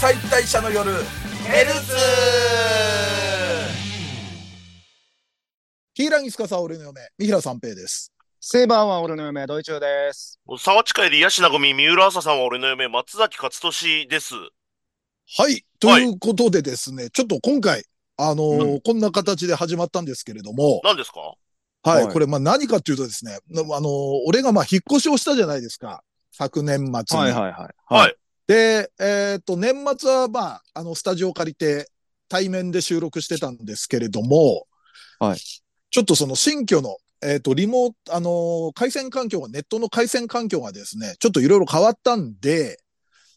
解体者の夜ヘルツヒーラギスカサ俺の嫁、三平三平です。セイバーは俺の嫁、ドイチューです。沢近いでヤシナゴミ、三浦朝さんは俺の嫁、松崎勝利です。はい。ということでですね、ちょっと今回、あのーこんな形で始まったんですけれども、何ですかはい。はいこれ、まあ何かというとですね、なあのー俺がまあ引っ越しをしたじゃないですか。昨年末に。はいはいはい。で、えっと、年末はまあ、あの、スタジオを借りて、対面で収録してたんですけれども、はい。ちょっとその新居の、えっ、と、リモート、あのー回線環境が、ネットの回線環境がですね、ちょっといろいろ変わったんで、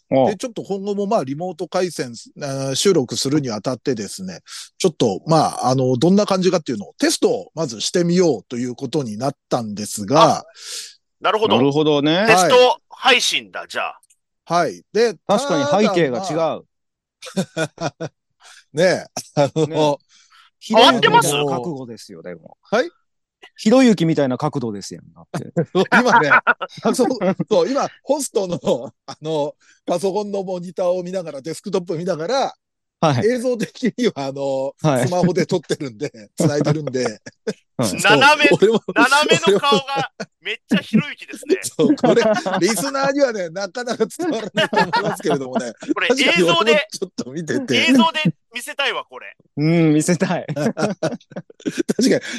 おで、ちょっと今後もまあ、リモート回線、あー収録するにあたってですね、ちょっとまあ、あの、どんな感じかっていうのをテストをまずしてみようということになったんですが、なるほど。なるほどね。テスト配信だ、じゃあ。はい。で、確かに背景がただまあ違う。ねえ、あの、ねひ合ってますみたいな覚悟ですよ、でも。はいひろゆきみたいな角度ですやん。だ って。 今 ね、そう、そう、今、ホストの、あの、パソコンのモニターを見ながら、デスクトップ見ながら、はい。映像的には、あの、はいスマホで撮ってるんで、繋いでるん で、はいそう斜め俺も。斜めの顔がめっちゃひろゆきですねそう、これ、リスナーにはね、なかなか伝わらないと思いますけれどもね、 これ確か映に像俺もで、ちょっと見てて映、像で見せたいわ、これ。うん、見せたい。確か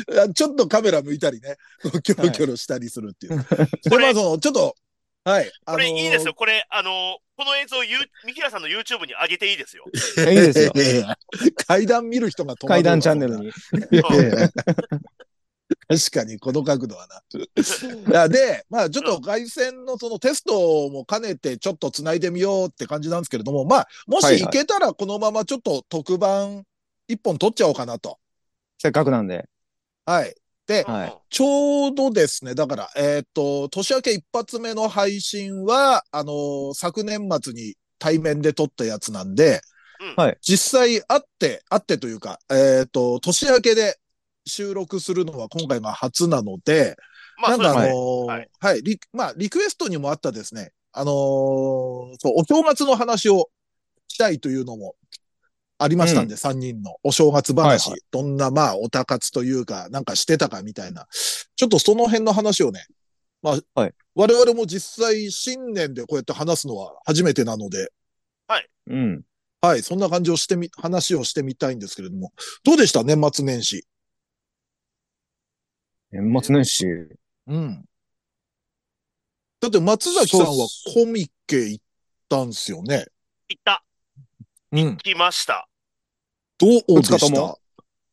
にあ、ちょっとカメラ向いたりね、キョロキョロしたりするっていう。で、こまあ、れ、その、ちょっと、はい、あこのれいいですよ。これ、あのーこの映像、ゆう三平さんの YouTube に上げていいですよ。いいです よ。ええ 階段見る人が戸惑う階段チャンネルに。うん確かに、この角度はな。いやで、まあ、ちょっと外線のそのテストも兼ねて、ちょっと繋いでみようって感じなんですけれども、まあ、もはいしはい行けたら、このままちょっと特番一本取っちゃおうかなと。せっかくなんで。はい。で、はいうんちょうどですね、だから、えーっと、年明け一発目の配信は、あのー昨年末に対面で撮ったやつなんで、うんはい実際会って、会ってというか、えーっと、年明けで収録するのは今回が初なので、まあ、なんかあそうのですね。ーははいい、リまあ、リクエストにもあったですね、あのーそう、お正月の話をしたいというのもありましたんで、三3人のお正月話、はどんな、まあ、おたかつというか、なんかしてたかみたいな、ちょっとその辺の話をね、まあ、はい我々も実際新年でこうやって話すのは初めてなので、うん。はい、そんな感じをしてみ、話をしてみたいんですけれども、どうでした年末年始。年末年始。うん。だって松崎さんはそうっすコミケ行ったんすよね。行った、うん。来ました。どうで二日としも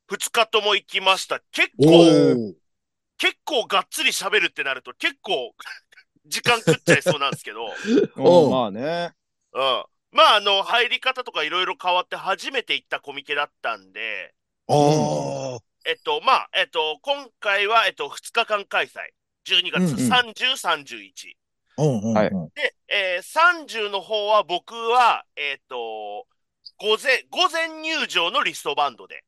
た二日とも行きました。結お構、ー結構がっつり喋るってなると、結構、時間食っちゃいそうなんですけど。おうおまあね。うん。まあ、あの、入り方とかいろいろ変わって初めて行ったコミケだったんで、あえっと、まあ、えっと、今回は、えっと、2日間開催。12う月んうん30、31。あ。うんうんうん。はいで、えー、30の方は僕は、えっと、午前、午前入場のリストバンドで。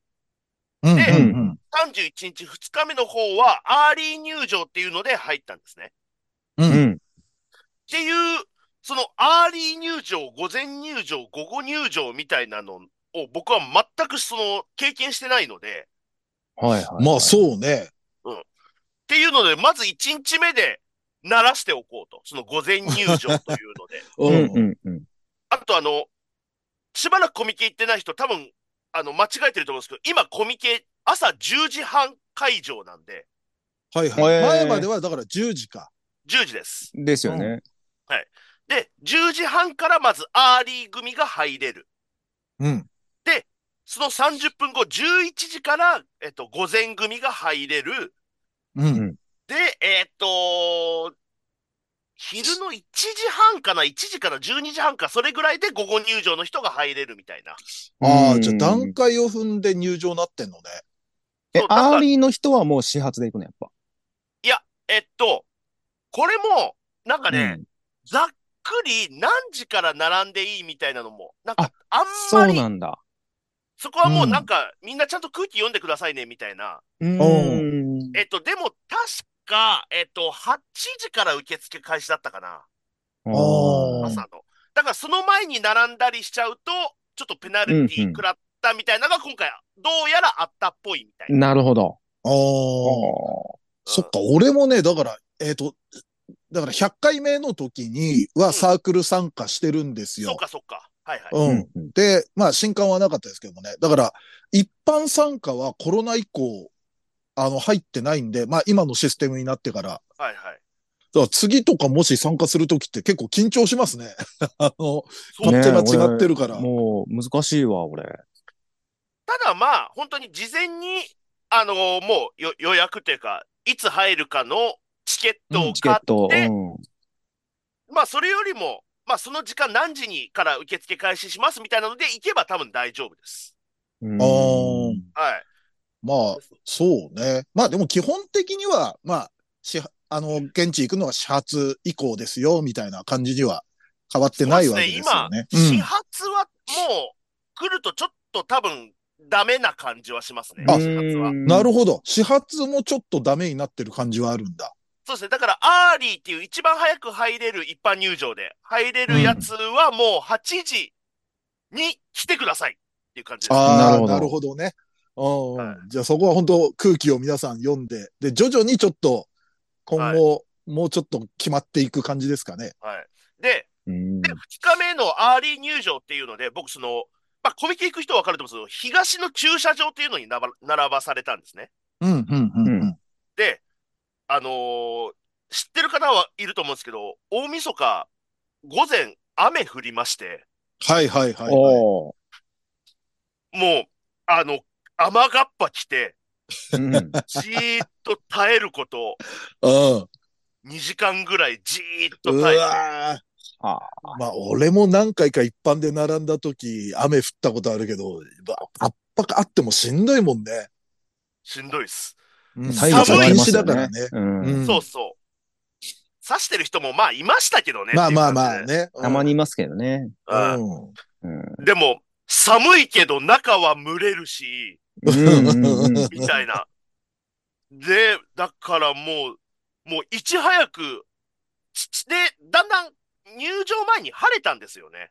うんでうんうん31日2日目の方は、アーリー入場っていうので入ったんですね。う。うんん。っていう、そのアーリー入場、午前入場、午後入場みたいなのを僕は全くその経験してないので、はいはい。まあそうね。っていうので、まず1日目で鳴らしておこうと。その午前入場というので。 ううんんうんうん。あとあの、しばらくコミケ行ってない人多分、あの、間違えてると思うんですけど、今コミケ朝10時半会場なんで、はいはい。えー前まではだから10時か。 10時です。ですよね。で、10時半からまずアーリー組が入れる。うん。その30分後、11時から、えっと、午前組が入れる。うん。で、えーっと、昼の1時半かな、1時から12時半か、それぐらいで午後入場の人が入れるみたいな。あうあ、んじゃあ段階を踏んで入場なってんのね。えそう、だからアーリーの人はもう始発で行くの、やっぱ。えっと、これも、なんかね、ざっくり何時から並んでいいみたいなのも、なんか、あんそまうり、なんだ。そこはもううんなんか、みんなちゃんと空気読んでくださいね、みたいな。ううんん。えっと、でも確か、えっと、8時から受付開始だったかな、あ朝の。だからその前に並んだりしちゃうと、ちょっとペナルティー食らったみたいなのが今回、どうやらあったっぽいみたいな。なるほど。ああ。そっか、俺もね、だから、えっ、と、だから100回目の時にはサークル参加してるんですそよっ。かそっか。はいはい。うん。うんうんで、まあ、新刊はなかったですけどもね。だから、一般参加はコロナ以降、あの、入ってないんで、まあ、今のシステムになってから、だかはいはい。ら次とかもし参加するときって結構緊張しますね。 あの、そうね勝手が違ってるから。もう、難しいわ、俺。ただまあ、本当に事前に、あのーもうよ予約というか、いつ入るかのチケットをチケ買ッっト。て、うんまあそれよりも、まあその時間何時にから受付開始しますみたいなので行けば多分大丈夫です。うんあーはい。まあ、そうね。まあ、でも基本的には、まあ、し、あの、現地行くのは始発以降ですよ、みたいな感じには変わってないわけですよね。今、始うん発はもう来るとちょっと多分ダメな感じはしますね。あ始発は。なほるほど。始発もちょっとダメになってる感じはあるんだ。そうですね。だから、アーリーっていう一番早く入れる一般入場で、入れるやつはもう8時に来てくださいっていう感じです。ああ、ななるるほほどね。うんうんはいじゃあそこは本当空気を皆さん読んで、で、徐々にちょっと、今後、もうちょっと決まっていく感じですかね。はい。で、ど。で、2日目のアーリー入場っていうので、僕、その、まあ、コミケ行く人は分かると思うんですけど、東の駐車場っていうのになば並ばされたんですね。うん、うん、うんうんうん。で、あのー知ってる方はいると思うんですけど、大晦日、午前、雨降りまして、はいはいはい、はい。おーもう、あの、雨がっぱ来て、うんじーっと耐えること、うん。 2時間ぐらいじーっうと耐えて、わあーまあ、俺も何回か一般で並んだ時、雨降ったことあるけど、まあ圧迫あってもしんどいもんね。しんどいっす。ー。体力あります禁よ止だからね。うんうんそうそう。刺してる人もまあいましたけどね。まあっていうまあ感じまあね。たまにいますけどね。で。うんうん。うんでも、寒いけど中は蒸れるし、うんうんうんみたいな。で、だからもう、もういち早く、ちちで、だんだん入場前に晴れたんですよね。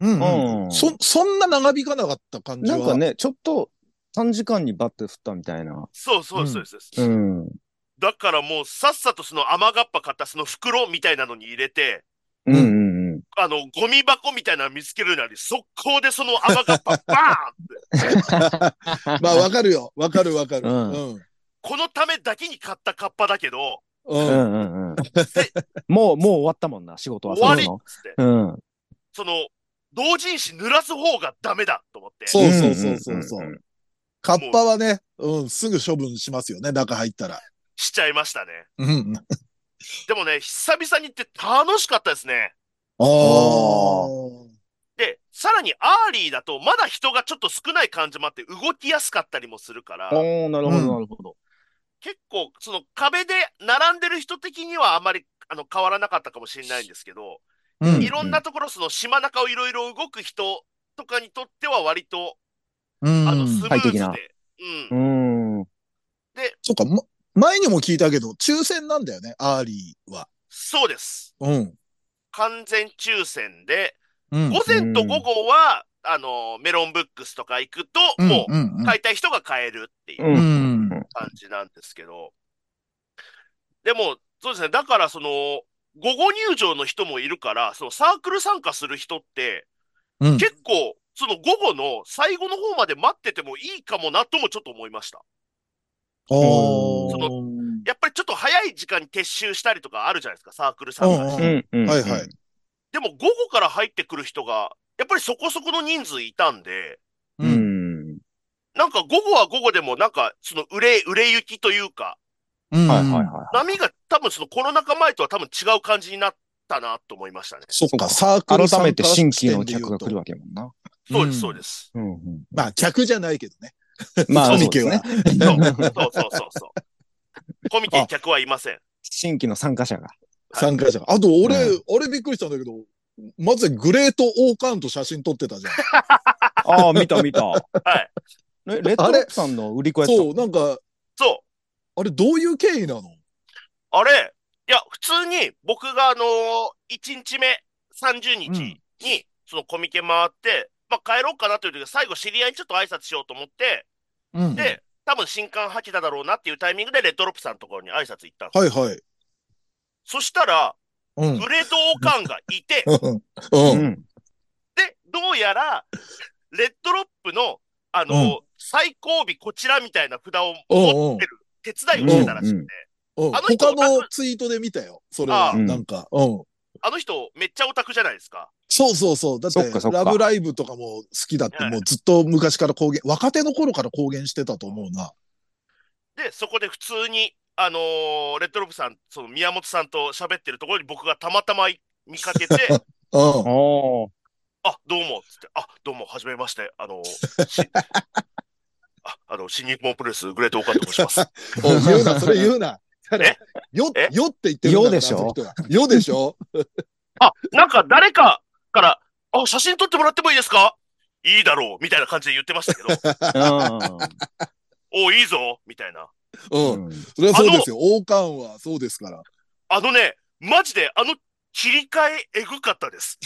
うんうん。うんそ、そんな長引かなかった感じなは。んかね、ちょっと短時間にバッて振ったみたいな。そうそうそうそうです。うん。だからもうさっさとその雨がっぱ買ったその袋みたいなのに入れて、うんうんうん。あの、ゴミ箱みたいなの見つけるなり、速攻でその雨が っぱバーンって、まあわかるよ。わかるわかる。う。うんこのためだけに買ったカッパだけど、うんう。んうんうん。もう、もう終わったもんな、仕事は。終わりっそつって、うなの。その、同人誌濡らす方がダメだと思って。そううんそうそうそうそう。んんんカッパはね、うん、すぐ処分しますよね、中入ったら。しちゃいましたね。うん。あでもね、久々に行って楽しかったですね。あーー。で、さらにアーリーだと、まだ人がちょっと少ない感じもあって、動きやすかったりもするから、おー、なるほうんど、なるほど。結構、その壁で並んでる人的にはあまりあの変わらなかったかもしれないんですけど、うん。いろんなところ、その島中をいろいろ動く人とかにとっては、割と、うんあの、スムーズで、快適なう、うんん。そうか、ま前にも聞いたけど、抽選なんだよね、アーリーは。そうです。うん。完全抽選で、うん。午前と午後は、あの、メロンブックスとか行くと、もうんうんう、買いたい人が買えるっていう。うんうん。感じなんですけど、でも、そうですね、だからその、午後入場の人もいるから、そのサークル参加する人って、うん。結構、その午後の最後の方まで待っててもいいかもなともちょっと思いました。構そああ。やっぱりちょっと早い時間に撤収したりとかあるじゃないですか、サークル参うん加しうて。ん。んうんはいはい。でも午後から入ってくる人が、やっぱりそこそこの人数いたんで、う。うんん。なんか午後は午後でもなんか、その売れ、売れ行きというか、うんはいはいはい。波が多分そのコロナ禍前とは多分違う感じになったなと思いましたね。そっか、サークル改めて新規参の加視点で言う客がと来るわけやもんな。そうです、そうす。です。うんうん。まあ、客じゃないけどね。まあ、コそミうケですはね。そうそうそうそうそう。コミケに客はいません。。新規の参加者が。参加者が。あと、俺、うあれびっくりしたんだけど、まずグレートオーカーンと写真撮ってたじゃん。ああ、見た見た。はいレレッドロックさんの売り子やったそう、なんか、そう。あれどういう経緯なのあれ、いや、普通に僕があのー、1日目、30日、うんに、そのコミケ回って、まあ、帰ろうかなという時最後知り合いにちょっと挨拶しようと思って、うん。はいで、多分新刊吐きただろうなっていうタイミングでレッドロップさんのところに挨拶行ったんです。はい。そしたら、うん。グレ同感がいて、うん。うん。ん。で、どうやら、レッドロップの、あの、うん最後尾こちらみたいな札をうん持ってる手伝いをしてたらしくて、うんうんうんあの人他のツイートで見たよ。それあは。あなんか、うん。あの人めっちゃオタクじゃないですか。そうそうそう。だってそっかそっ、かラブライブとかも好きだって、はいもうずっと昔から公言、若手の頃から公言してたと思うな。で、そこで普通に、あのーレッドロップさん、その宮本さんと喋ってるところに僕がたまたま見かけて、うん。ああ、どうも、つって、あ、どうも、はじめまして、あのーしあ、あの、新日本プロレス、グレートオーカーと申します。おい言うな、それ言うな。 えよえ、よって言ってるんだからよでしょあの人がよでしょあ、なんか誰かから、あ、写真撮ってもらってもいいですかいいだろう、みたいな感じで言ってましたけど、あ。お、いいぞ、みたいな。う。うんん。それはそうですよ。王冠はそうですから。あのね、マジで、あの、切り替え、えぐかったです。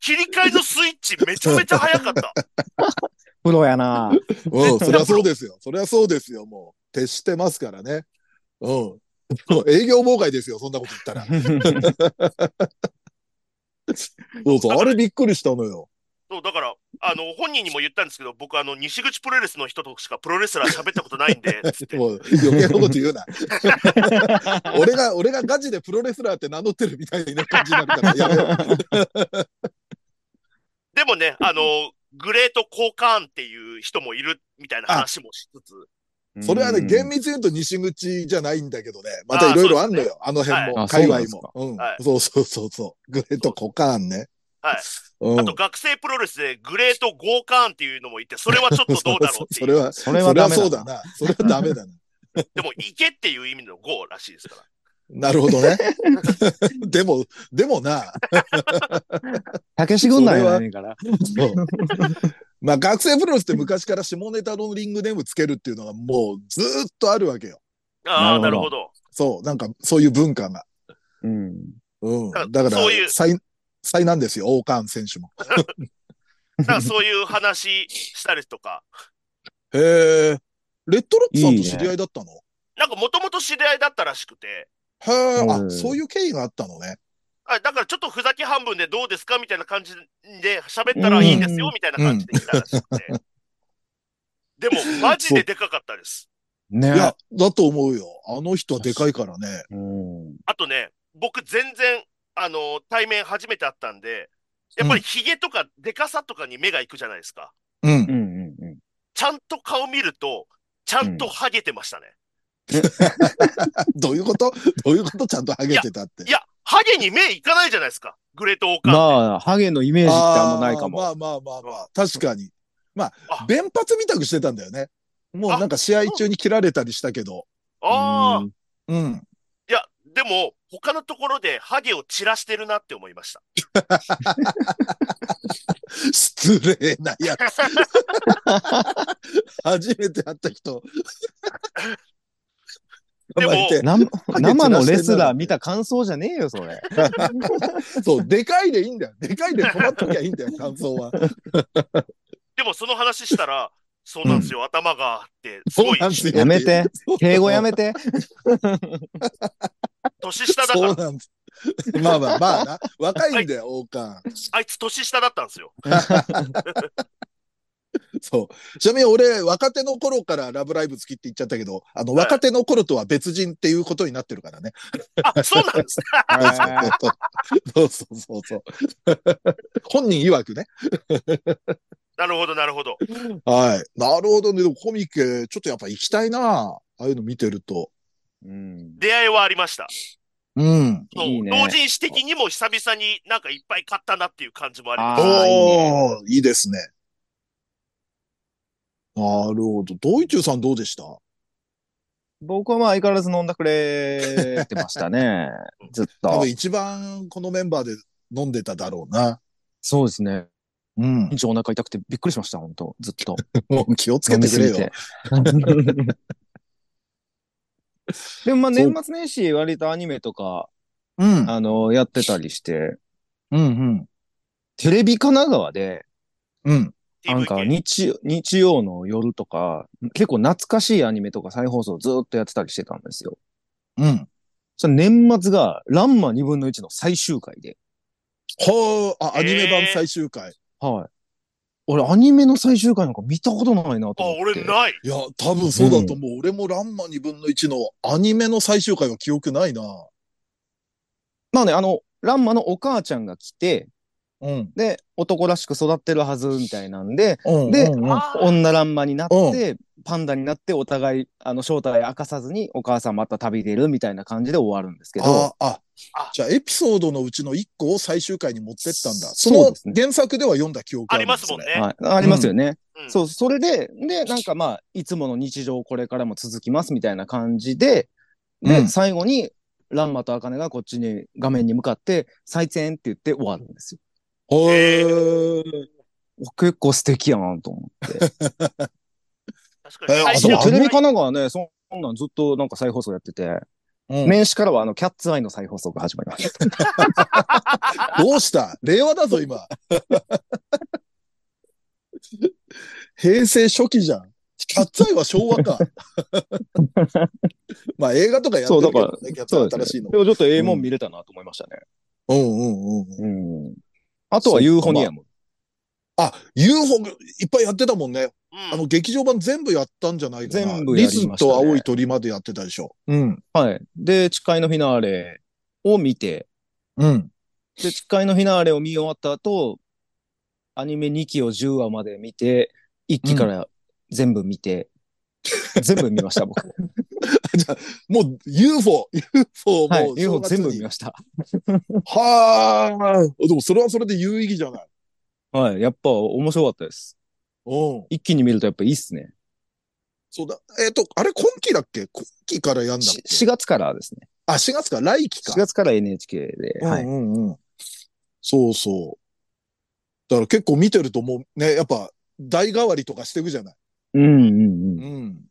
切り替えのスイッチ、めちゃめちゃ早かった。プロやな。うん。それはそうですよ。それはそうですよ。もう、徹してますからね。うん。もう営業妨害ですよ。そんなこと言ったら。そう そう。あれびっくりしたのよ。そう、だから、あの、本人にも言ったんですけど、僕、あの、西口プロレスの人としかプロレスラー喋ったことないん で、つって。もう余計なこと言うな。 俺が、俺がガチでプロレスラーって名乗ってるみたいな感じになるから、やめよう。でもね、あの、グレート交換っていう人もいるみたいな話もしつつ、 それはね、厳密。密に言うと西口じゃないんだけどね。またいろいろあんのよ。あの辺はも、い界隈あも。うんなんで。そうそうそうそう。グレートコカーンね。はい。うん。あと学生プロレスでグレート交換っていうのもいて、それはちょっとどうだろうって そいれう。は、そそれれははダメそうだだな。な。それはダメだな。 でも、行けっていう意味の GO らしいですから。なるほどね。 でも、でもな。たけし軍団やねんから。そう まあ学生プロレスって昔から下ネタのリングネームつけるっていうのがもうずーっとあるわけよ。ああ、ななるるほほど。そう、なんかそういう文化が。うん。うんだから。だからそういう、最、最なんですよ、王冠選手も。だからそういう話したりとか、へえ。レッドロップさんいいとね知り合いだったのなんかもともと知り合いだったらしくて、へえ、うあ、んそういう経緯があったのね。あだからちょっとふざけ半分でどうですかみたいな感じで喋ったらいいんですよみたいな感じで来たらしくて。でも、マジででかかったです。いねや、だと思うよ。あの人はでかいからね。うん。あとね、僕全然、あの対面初めて会ったんで、やっぱりヒゲとかでかさとかに目が行くじゃないですか。うん う。んうんうん。ちゃんと顔見ると、ちゃんとハゲてましたね。どういうことどういうことちゃんとハゲてたって。いや、ハゲに目いかないじゃないですか。グレートオーカー。まあ、ハゲのイメージってあんまないかあも。ーまあまあまあまあ、確かに。まああ、弁髪みたくしてたんだよね。もうなんか試合中に切られたりしたけど。ああ。うん。いや、でも、他のところでハゲを散らしてるなって思いました。失礼なやつ。初めて会った人。 でもまあいてな生のレスラー見た感想じゃねえよ、それ。そう、でかいでいいんだよ。でかいで止まっときゃいいんだよ、感想は。でも、その話し たら、そうなんですよ、頭がって、すそごういな、んですよ。やめて。 敬語やめて。年下だかそうら、なんです。まあまあまあな。若いんだよ、王冠。あいつ年下だったんですよ。そう。ちなみに俺、若手の頃からラブライブ好きって言っちゃったけど、あの、はい若手の頃とは別人っていうことになってるからね。あ、そうなん です。そうそうそうそう。本人曰くね。なるほど、なるほど。はい。なるほどね。でもコミケ、ちょっとやっぱ行きたいな。ああいうの見てると。うん出会いはありました。うん。そういいね同人誌的にも久々になんかいっぱい買ったなっていう感じもありまおす。あーいいーねいいですね。なるほど。ドイチューさんどうでした僕はまあ相変わらず飲んだくれてまし たね。ずっ多と分。一番このメンバーで飲んでただろうな。そうですね。うん。 一応お腹痛くてびっくりしました、本当ずっと。もう気をつけてくれよ。飲みすぎ てでもまあそう年末年始割とアニメとかうん。あの、やってたりして、うん。テレビ神奈川で、うん。なんか日日曜の夜とか、結構懐かしいアニメとか再放送ずーっとやってたりしてたんですよ。うん。その年末が、ランマ2分の1の最終回で。ほー、あ、アニメ版えー最終回。はい。俺、アニメの最終回なんか見たことないなとあ、思って。俺ない。いや、多分そうだと思う。俺もランマ2分の1のアニメの最終回は記憶ないな。まあね、あの、ランマのお母ちゃんが来て、うん。で、男らしく育ってるはずみたいなんで、うん。でうんうんあー女ランマになって、パンダになって、お互い、あの、正体明かさずに、お母さんまた旅出るみたいな感じで終わるんですけど、あああじゃあエピソードのうちの1個を最終回に持ってったんだ。そそうのですね原作では読んだ記憶あるりでますすもんね。ね。はい、ありますよね。うんそう、それで、で、なんかまあ、いつもの日常これからも続きますみたいな感じで、で、うん最後に、ランマとアカネがこっちに、画面に向かって、再戦って言って終わるんですよ。へーお結構素敵やなと思 って。確かにえー最あそ初うでもテレビ神奈川ね、そんなんずっとなんか再放送やってて、うん年始からはあの、キャッツアイの再放送が始まり ました。どうした令和だぞ、今。平成初期じゃん。キャッツアイは昭 和か。まあ映画とかやってるけどそうだね、キャッツアイ新しいの。でもちょっとええもん見れたなと思いましたね。うんうんうん。うん。あとはユーフォニアム。あ、UFO いっぱいやってたもんね。うんあの劇場版全部やったんじゃないかな。全部やりリまズしとたね青い鳥までやってたでしょ。うん。はい。で、誓いのフィナーレを見て、うん。で、誓いのフィナーレを見終わった後、アニメ2期を10話まで見て、1期から全部見て、全部見ました、 僕。もう UFO、UFO はもうい。UFO 正月全に部見ました。はあ。でもそれはそれで有意義じゃない。はい。やっぱ面白かったです。うん。一気に見るとやっぱいいっすね。そうだ。えっ、と、あれ今期だっけ今期からやんだっしけ4月からですね。あ、4月か。来期か4。月から NHK で。はうい。んうんうん。そうそう。だから結構見てるともうね、やっぱ代替わりとかしていくじゃない。うんうんん。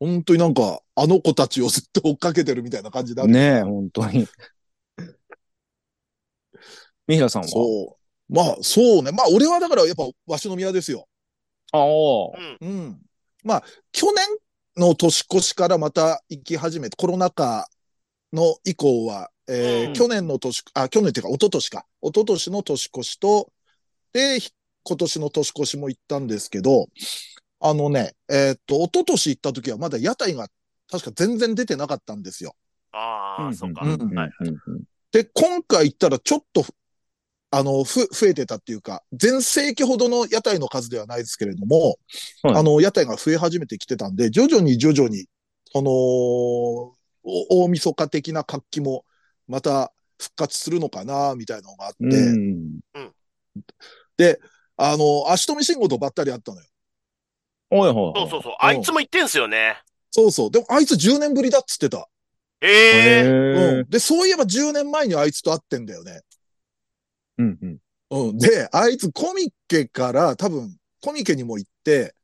本当になんか、あの子たちをずっと追っかけてるみたいな感じだうん。ねえ、本 当に。三平さんはそう。まあ、そうね。まあ、俺はだからやっぱ、わしの宮ですよ。ああ。うんうん。まあ、去年の年越しからまた行き始めて、コロナ禍の以降は、えーうん去年の年、あ、去年っていうか、一昨年か。一昨年の年越しと、で、ひ今年の年越しも行ったんですけど、あのね、えーっと、一昨年行った時はまだ屋台が確か全然出てなかったんですよ。ああ、そっか。うんうんはいはいで、今回行ったらちょっと、あの、ふ、増えてたっていうか、全盛期ほどの屋台の数ではないですけれども、はいあの、屋台が増え始めてきてたんで、徐々に徐々に、その、お大晦日的な活気も、また復活するのかな、みたいなのがあって、うん。あの、足止め信号とばったりあったのよ。おいほい。そうそうそう。あいつも言ってんすよね。そうそう。でも、あいつ10年ぶりだっつってた。ええ。うえん。で、そういえば10年前にあいつと会ってんだよね。うんうん。うん。で、あいつコミケから多分コミケにも行って、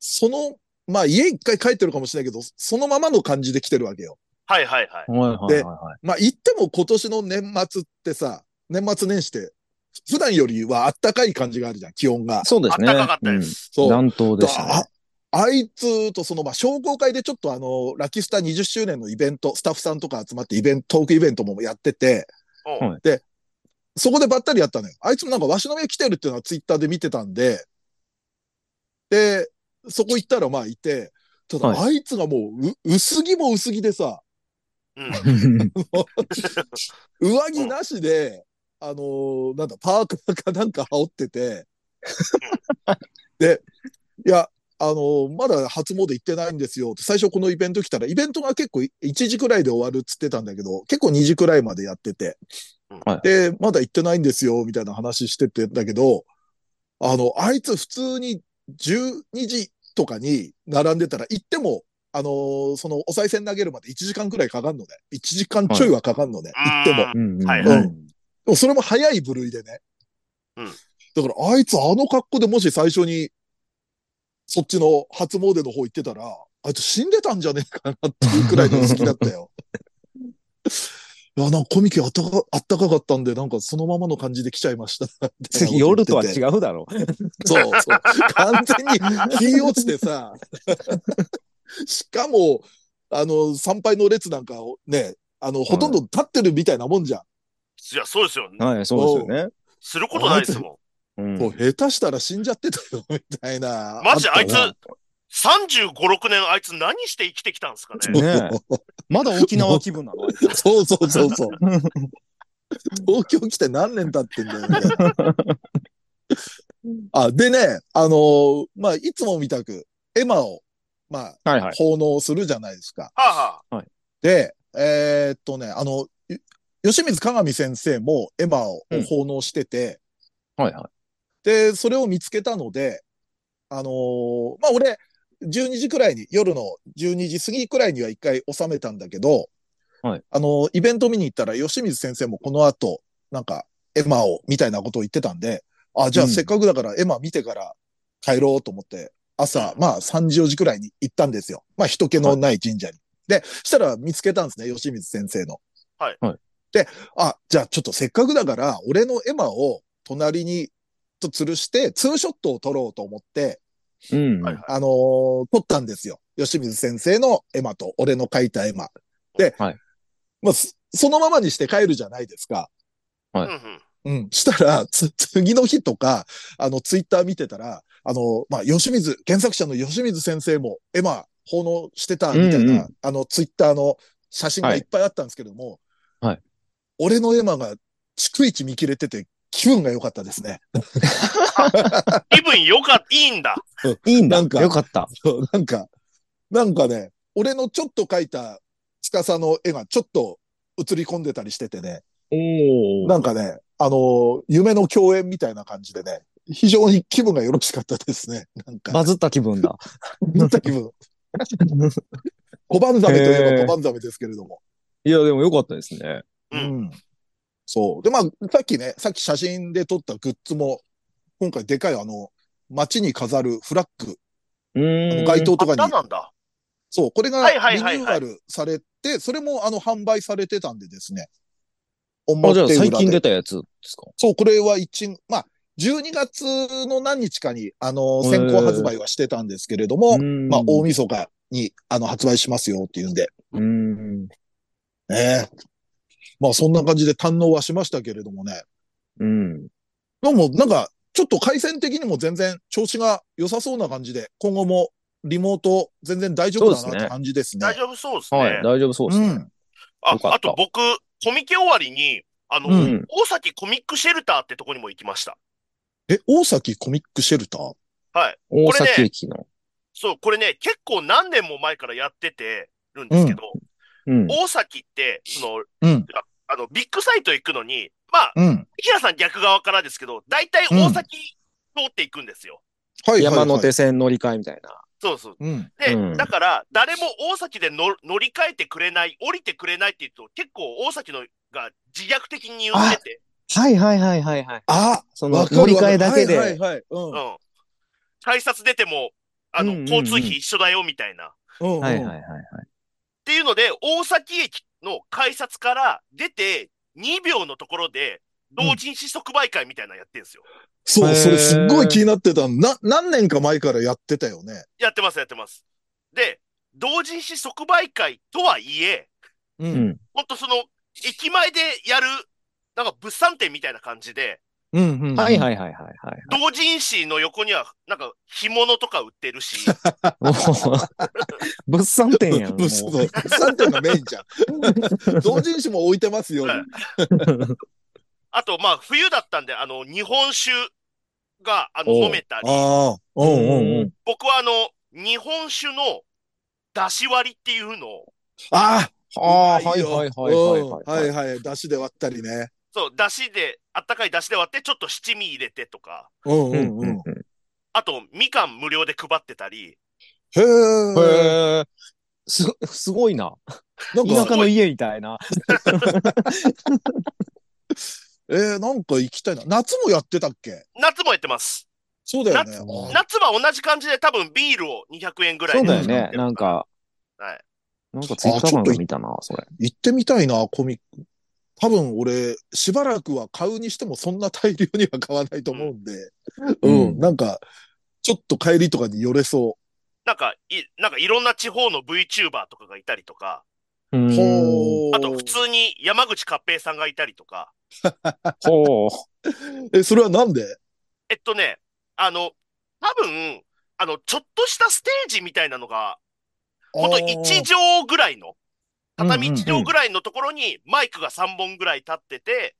その、まあ家一回帰ってるかもしれないけど、そのままの感じで来てるわけよ。はいはい はい。はいはいはいはい。まあ言っても今年の年末ってさ、年末年始って、普段よりは暖かい感じがあるじゃん、気温が。そうであっすね。たかかったです。うそん。う。暖冬でしたねあ。あいつとその、まあ、商工会でちょっとあの、ラキスタ20周年のイベント、スタッフさんとか集まってイベント、トークイベントもやってて、おうはいそこでばったりやったのよ。あいつもなんか、わしの目来てるっていうのはツイッターで見てたんで、で、そこ行ったらまあいて、ただ、はあいつがもうう、薄着も薄着でさ、うん。 上着なしで、あのーなんだ、パーカーかなんか羽織ってて、で、いや、あのーまだ初詣行ってないんですよって、最初このイベント来たら、イベントが結構1時くらいで終わるっつってたんだけど、結構2時くらいまでやっててうん、はいで、まだ行ってないんですよ、みたいな話しててんだけど、あの、あいつ普通に12時とかに並んでたら、行っても、あのーその、お賽銭投げるまで1時間くらいかかんのね。1時間ちょいはかかんのね。行っても。うんうんはいううんんでもそれも早い部類でね。うんだから、あいつあの格好でもし最初に、そっちの初詣の方行って たら、あいつ死んでたんじゃねえかなっていうくらいの好きだったよ。いや、なんかコミケあったか、あったかかったんで、なんかそのままの感じで来ちゃいました。次、夜とは違う。うだろ。そうそう。完全に、火落ちて さ。しかも、あの、参拝の列なんかをね、あの、ほとんど立ってるみたいなもんじゃん。いや、そうですよ。はい、そうですよね。することないですうもんもう下手したら死んじゃってたよ、 みたいな。マジあいつったわん。35、6年、あいつ何して生きてきたんですかね。ねまだ沖縄気分な のあいつ そうそうそうそう。東京来て何年経ってんだよ、みたいな。あ、でね、あのーまあ、いつもみたく、エマを、まあ、はいはい。奉納するじゃないですか。はあ、はで、えーっとね、あの、よ吉水鏡先生もエマをうん奉納してて、はいはで、それを見つけたので、あのーまあ、俺、12時くらいに、夜の12時過ぎくらいには一回収めたんだけど、はいあのーイベント見に行ったら、吉水先生もこの後、なんか、エマを、みたいなことを言ってたんで、あ、じゃあうんせっかくだからエマ見てから帰ろうと思って、朝、まあ3時4時くらいに行ったんですよ。まあ人気のない神社に。で、したら見つけたんですね、吉水先生の。はいはい。で、あ、じゃあちょっとせっかくだから、俺のエマを隣にちょっと吊るして、ツーショットを撮ろうと思って、い。うん。はいはいあのー撮ったんですよ。吉水先生の絵馬と、俺の描いた絵馬。で、はいまあ、そそのままにして帰るじゃないですか。あ。はうんうんうん。したら、つ、次の日とか、あの、ツイッター見てたら、あの、まあ、吉水、原作者の吉水先生も、絵馬、奉納してた、みたいな、うんうんあの、ツイッターの写真がはいいっぱいあったんですけども、はい俺の絵馬が、逐一見切れてて、気分が良かったですね。気分よか、いいんだ。いいんだ。なんかよかった。そう、なんか、なんかね、俺のちょっと描いた司の絵がちょっと映り込んでたりしててね、おなんかね、あのー夢の共演みたいな感じでね、非常に気分がよろしかったですね。 なんか、バズった気分だ。なった気分。小判ザメといえば小判ザメですけれども。 いや、でもよかったですね。ううんん。そう。で、まあ、さっきね、さっき写真で撮ったグッズも、今回でかいあの、街に飾るフラッグ、うあーのん。街灯とかあ、になんだ。そう、これがはいリニはいはュいはいーアルされて、それもあの販売されてたんでですね。おあ、じゃあ最裏で近出たやつですかそう、これは一、まあ、12月の何日かに、あの、先行発売はしてたんですけれども、ままあ、大晦日に、あの、発売しますよっていうんで、うーん。ねえまあ、そんな感じで堪能はしましたけれどもね。うん。でも、なんか、ちょっと回線的にも全然調子が良さそうな感じで、今後もリモート全然大丈夫だそうなでっすねて感じですね。大丈夫そうですね。はい。大丈夫そうですうね。ん。あよかったあと僕、コミケ終わりに、あの、うん大崎コミックシェルターってとこにも行きました。え、大崎コミックシェルター大これね崎駅の。そう、これね、結構何年も前からやっててるんですけど、うん。大崎って、その、うんあの、ビッグサイト行くのに、まあ、うん。平さん逆側からですけど、大体大崎通っていくんですよ。は山手線乗り換えみたいな。そうそう。うん。で、うんだから、誰も大崎で乗乗り換えてくれない、降りてくれないって言うと、結構大崎のが自虐的に言ってて、はいはいはいはいはい。あ、そのわかる乗り換えだわかけるで。はいはいはい。うん。改札出ても、あの、うんうんうん交通費一緒だよ、みたいな。っうん。うんはいはいはいはい。ていうので、大崎駅の改札から出て2秒のところで、同人誌即売会みたいなのやってんすよ。そう、へーそれすっごい気になってた。な、何年か前からやってたよね。やってます、やってます。で、同人誌即売会とはいえ、うう。ん。ほんとその、駅前でやる、なんか物産展みたいな感じで、うん、うん。はい い。はいはいはいはい。 同人誌の横には、なんか、干物とか売って るし、もう物産展やん。も物う産3点がメインじゃ ん。同人誌も置いてますよ。はいあと、まあ、冬だったんで、あの、日本酒が、あの、おう飲めたり、ああ、ううんんうんうん。ん。僕はあの、日本酒の出し割りっていうのを、あああうー、まはいいよはいあ、はいはいははいい。はい。出汁で割ったりね。そう、出汁で、あったかい出汁で割って、ちょっと七味入れてとか、うんううんんううんん。うん。あと、みかん無料で配ってたり、へえ。へえ。す、すごいな。なん田か、舎の家みたいな。えー、なんか行きたいな。夏もやってたっけ夏もやってます。そうだよ夏ね。夏は同じ感じで、多分ビールを200円ぐらいそうでだよね。なんか。はいなんかツイッターかなんか見たな、それ。行ってみたいな、コミック。多分俺、しばらくは買うにしてもそんな大量には買わないと思うんで、うん、うんなんか、ちょっと帰りとかに寄れそなんか、い、なんかいろんな地方の VTuber とかがいたりとか、う。ほほーあと普通に山口勝平さんがいたりとか、ほう。え、それはなんでえっとね、あの、多分、あの、ちょっとしたステージみたいなのが、ほんと1畳ぐらいの、畳1畳ぐらいのところにマイクが3本ぐらい立ってて、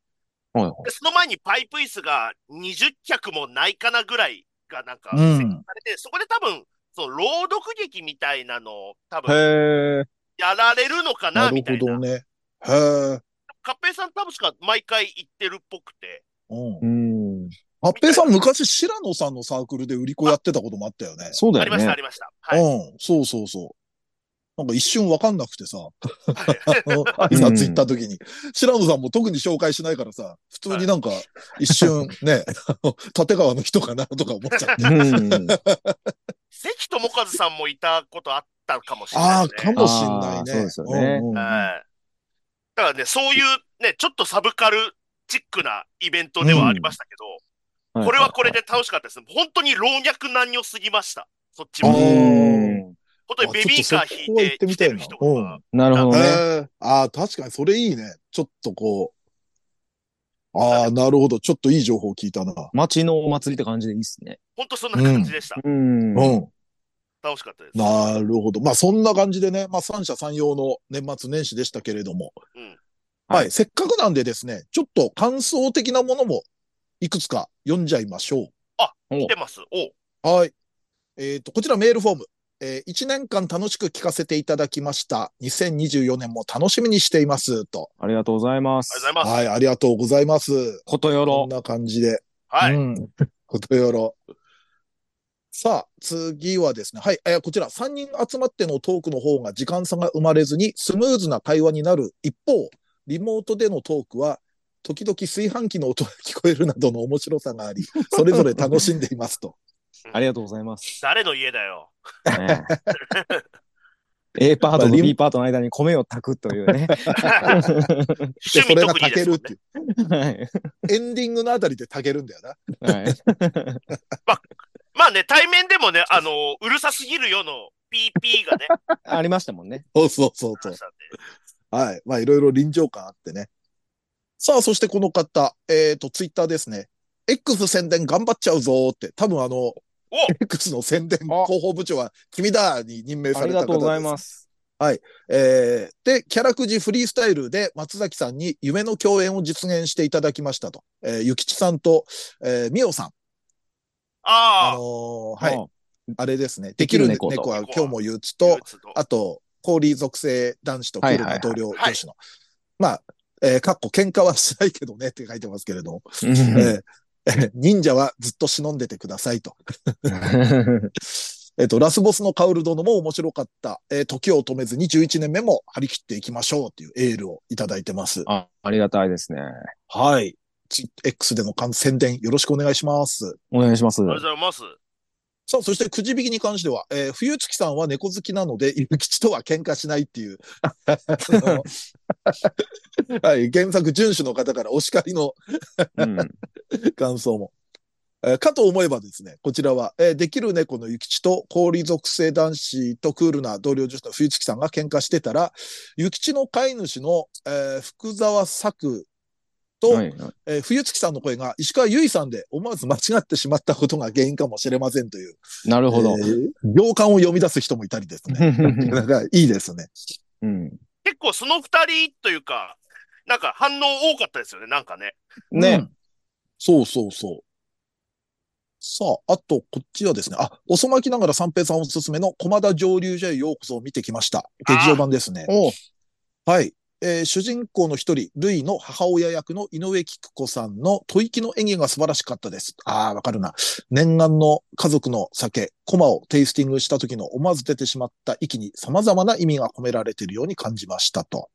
はいはいでその前にパイプ椅子が20脚もないかなぐらいがなんかう設置んされて、そこで多分、その朗読劇みたいなのを多分へえ。やられるのかななみるたいほな。どね。へえ。カッペイさん多分しか毎回行ってるっぽくて。うんう。ん。ハッペイさん昔、白野さんのサークルで売り子やってたこともあったよね。そうあだりよました、あね。りました。はい。うん。そうそうそう。なんか一瞬わかんなくて さ、あの挨うん拶行った時に、白野さんも特に紹介しないからさ、普通になんか一瞬ね、 あの立川の人かなとか思っ ちゃって。 うん。関智和さんもいたことあったかもしれなあいあ、ですかね。もしんないね。あーそうですよねんうんうんはい。だからね、そういうね、ちょっとサブカルチックなイベントではありましたけど、これはこれで楽しかったです。本当に老若男女すぎました。そっちうあも。ーん。本当にベビーカー引いて来てる人うがん。なるほどへね。えああ、確かにそれいいね。ちょっとこう。ああ、なるほど。ちょっといい情報聞いたな。街のお祭りって感じでいいっすね。本当そんな感じでした。ううんん。楽しかったです。なるほど。まあそんな感じでね、まあ三者三様の年末年始でしたけれども。うんはい、はいせっかくなんでですね、ちょっと感想的なものもいくつか読んじゃいましょ来てます。おうう。はい。えっ、と、こちらメールフォーム。えー、1年間楽しく聞かせていただきました。2024年も楽しみにしています。と。ありがとうございますあり。がとうございます。はい、ありがとうございます。ことよころん。な感じで。はい。うん。ことよろ。さあ、次はですね。はい。えーこちら、3人集まってのトークの方が時間差が生まれずにスムーズな会話になる一方、リモートでのトークは、時々炊飯器の音が聞こえるなどの面白さがあり、それぞれ楽しんでいますと。ありがとうございます。誰の家だよ。 ね A パートまあとリ B パートの間に米を炊くというね。で、趣そ味れが特技炊でけするもんっねていう。はいエンディングのあたりで炊けるんだよな。はいまあね、対面でもね、あの、うるさすぎるよの PP がね、ありましたもんね。そうそうそうあそりうまし。たんではい。まあ、いろいろ臨場感あってね。さあ、そしてこの方、えっ、と、ツイッターですね。X 宣伝頑張っちゃうぞーって、多分あの、お X の宣伝あ広報部長は君だに任命あさりれたが方。とうございますす。えーで、キャラくじフリースタイルで松崎さんに夢の共演を実現していただきましたと。えー、ゆきちさんと、えー、みおさん。あああ、のーはい。い。あれですね。ででききるる猫猫とは今日も憂鬱憂と、鬱のあと、氷属性男子とはクいールはいはない同僚女子の。まあ、えー、かっこ喧嘩はしないけどねって書いてますけれども、えーえー忍者はずっと忍んでてくださいと。えっ、と、ラスボスのカウル殿も面白かった。えー時を止めずに11年目も張り切っていきましょうっていうエールをいただいてます。あありがたいですね。はい。ツイ X での感宣伝よろしくお願いします。お願いします。ありがとうございます。さあ、そしてくじ引きに関しては、えー冬月さんは猫好きなので、ゆきちとは喧嘩しないっていう、あ のはい、原作遵守の方からお叱りのうん感想も。えーかと思えばですね、こちらは、えーできる猫のゆきちと氷属性男子とクールな同僚女子の冬月さんが喧嘩してたら、ゆきちの飼い主の、えー福沢作と、はいはいえー冬月さんの声が石川由依さんで思わず間違ってしまったことが原因かもしれませんという、なるほどえ。ー行間を読み出す人もいたりですね。なんかいいですね。うん結構その二人というか、なんか反応多かったですよね、なんかね。うねん。そうそうそう。さあ、あと、こっちはですね、あ、遅まきながら三平さんおすすめの駒田上流所へようこそを見てきました。あー劇場版ですね。おはい。えー主人公の一人、ルイの母親役の井上菊子さんの吐息の演技が素晴らしかったです。ああ、わかるな。念願の家族の酒、コマをテイスティングした時の思わず出てしまった息に様々な意味が込められているように感じましたと。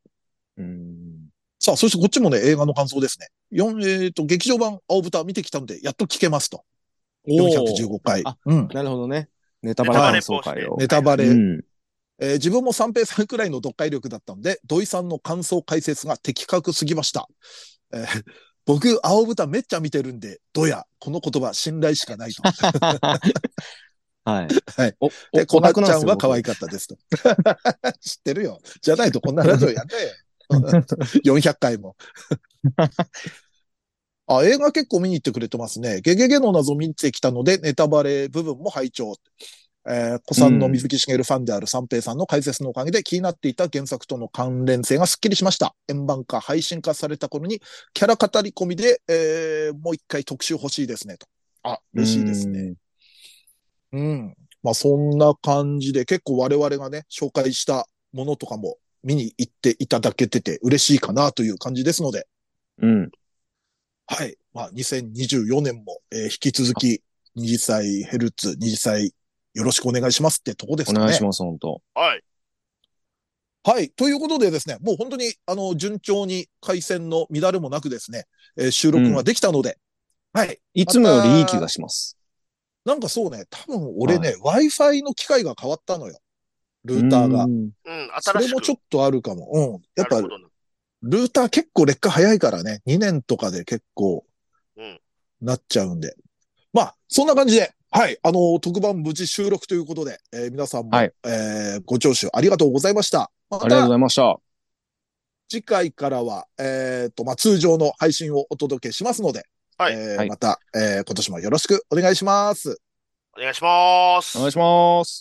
うんさあ、そしてこっちもね、映画の感想ですね。四えっ、と、劇場版青豚見てきたんで、やっと聞けますと。415回あ。うん。なるほどね。ネタネバタバレレ感想会を防止。ネタバレ、うんえー自分も三平さんくらいの読解力だったので、土井さんの感想解説が的確すぎました。えー僕、青豚めっちゃ見てるんで、どや、この言葉信頼しかないと。はい。はいお。で、 おコナちなゃんんですよは可愛かったですと。 知ってるよ。じゃないとこんなラジオやんねえよ。400回も。 あ、映画結構見に行ってくれてますね。ゲゲゲの謎見に行ってきたので、ネタバレ部分も拝聴。えー、子さんの水木しげるファンである三平さんの解説のおかげで気になっていた原作との関連性がスッキリしました。円盤化、配信化された頃に、キャラ語り込みで、えー、もう一回特集欲しいですね、と。あ、嬉しいですね。ね。うん。まあそんな感じで結構我々がね、紹介したものとかも見に行っていただけてて嬉しいかなという感じですので、うん。はい。まあ2024年も、えー引き続き20歳ヘルツ、20歳よろしくお願いしますってとこですおかね。願いします、本当はい。はい。ということでですね、もう本当に、あの、順調に回線の乱れもなくですね、えー収録ができたので、はい。いつもよりいい気がします。なんかそうね、多分俺ね、Wi-Fi の機械が変わったのよ。ルーターがう。んうん、そ新れしもく。ちょっとあるかも。うん。やっなぱる、ほどねルーター結構劣化早いからね、2年とかで結構うん、なっちゃうんで。まあ、そんな感じで、はい、あのー特番無事収録ということで、えー皆さんも、はいえーご聴取ありがとうございました。まありがとうごたざいました。次回からは、えっ、と、まあ、通常の配信をお届けしますので、はいえーはいまた、えー今年もよろしくお願いします。お願いします。お願いします。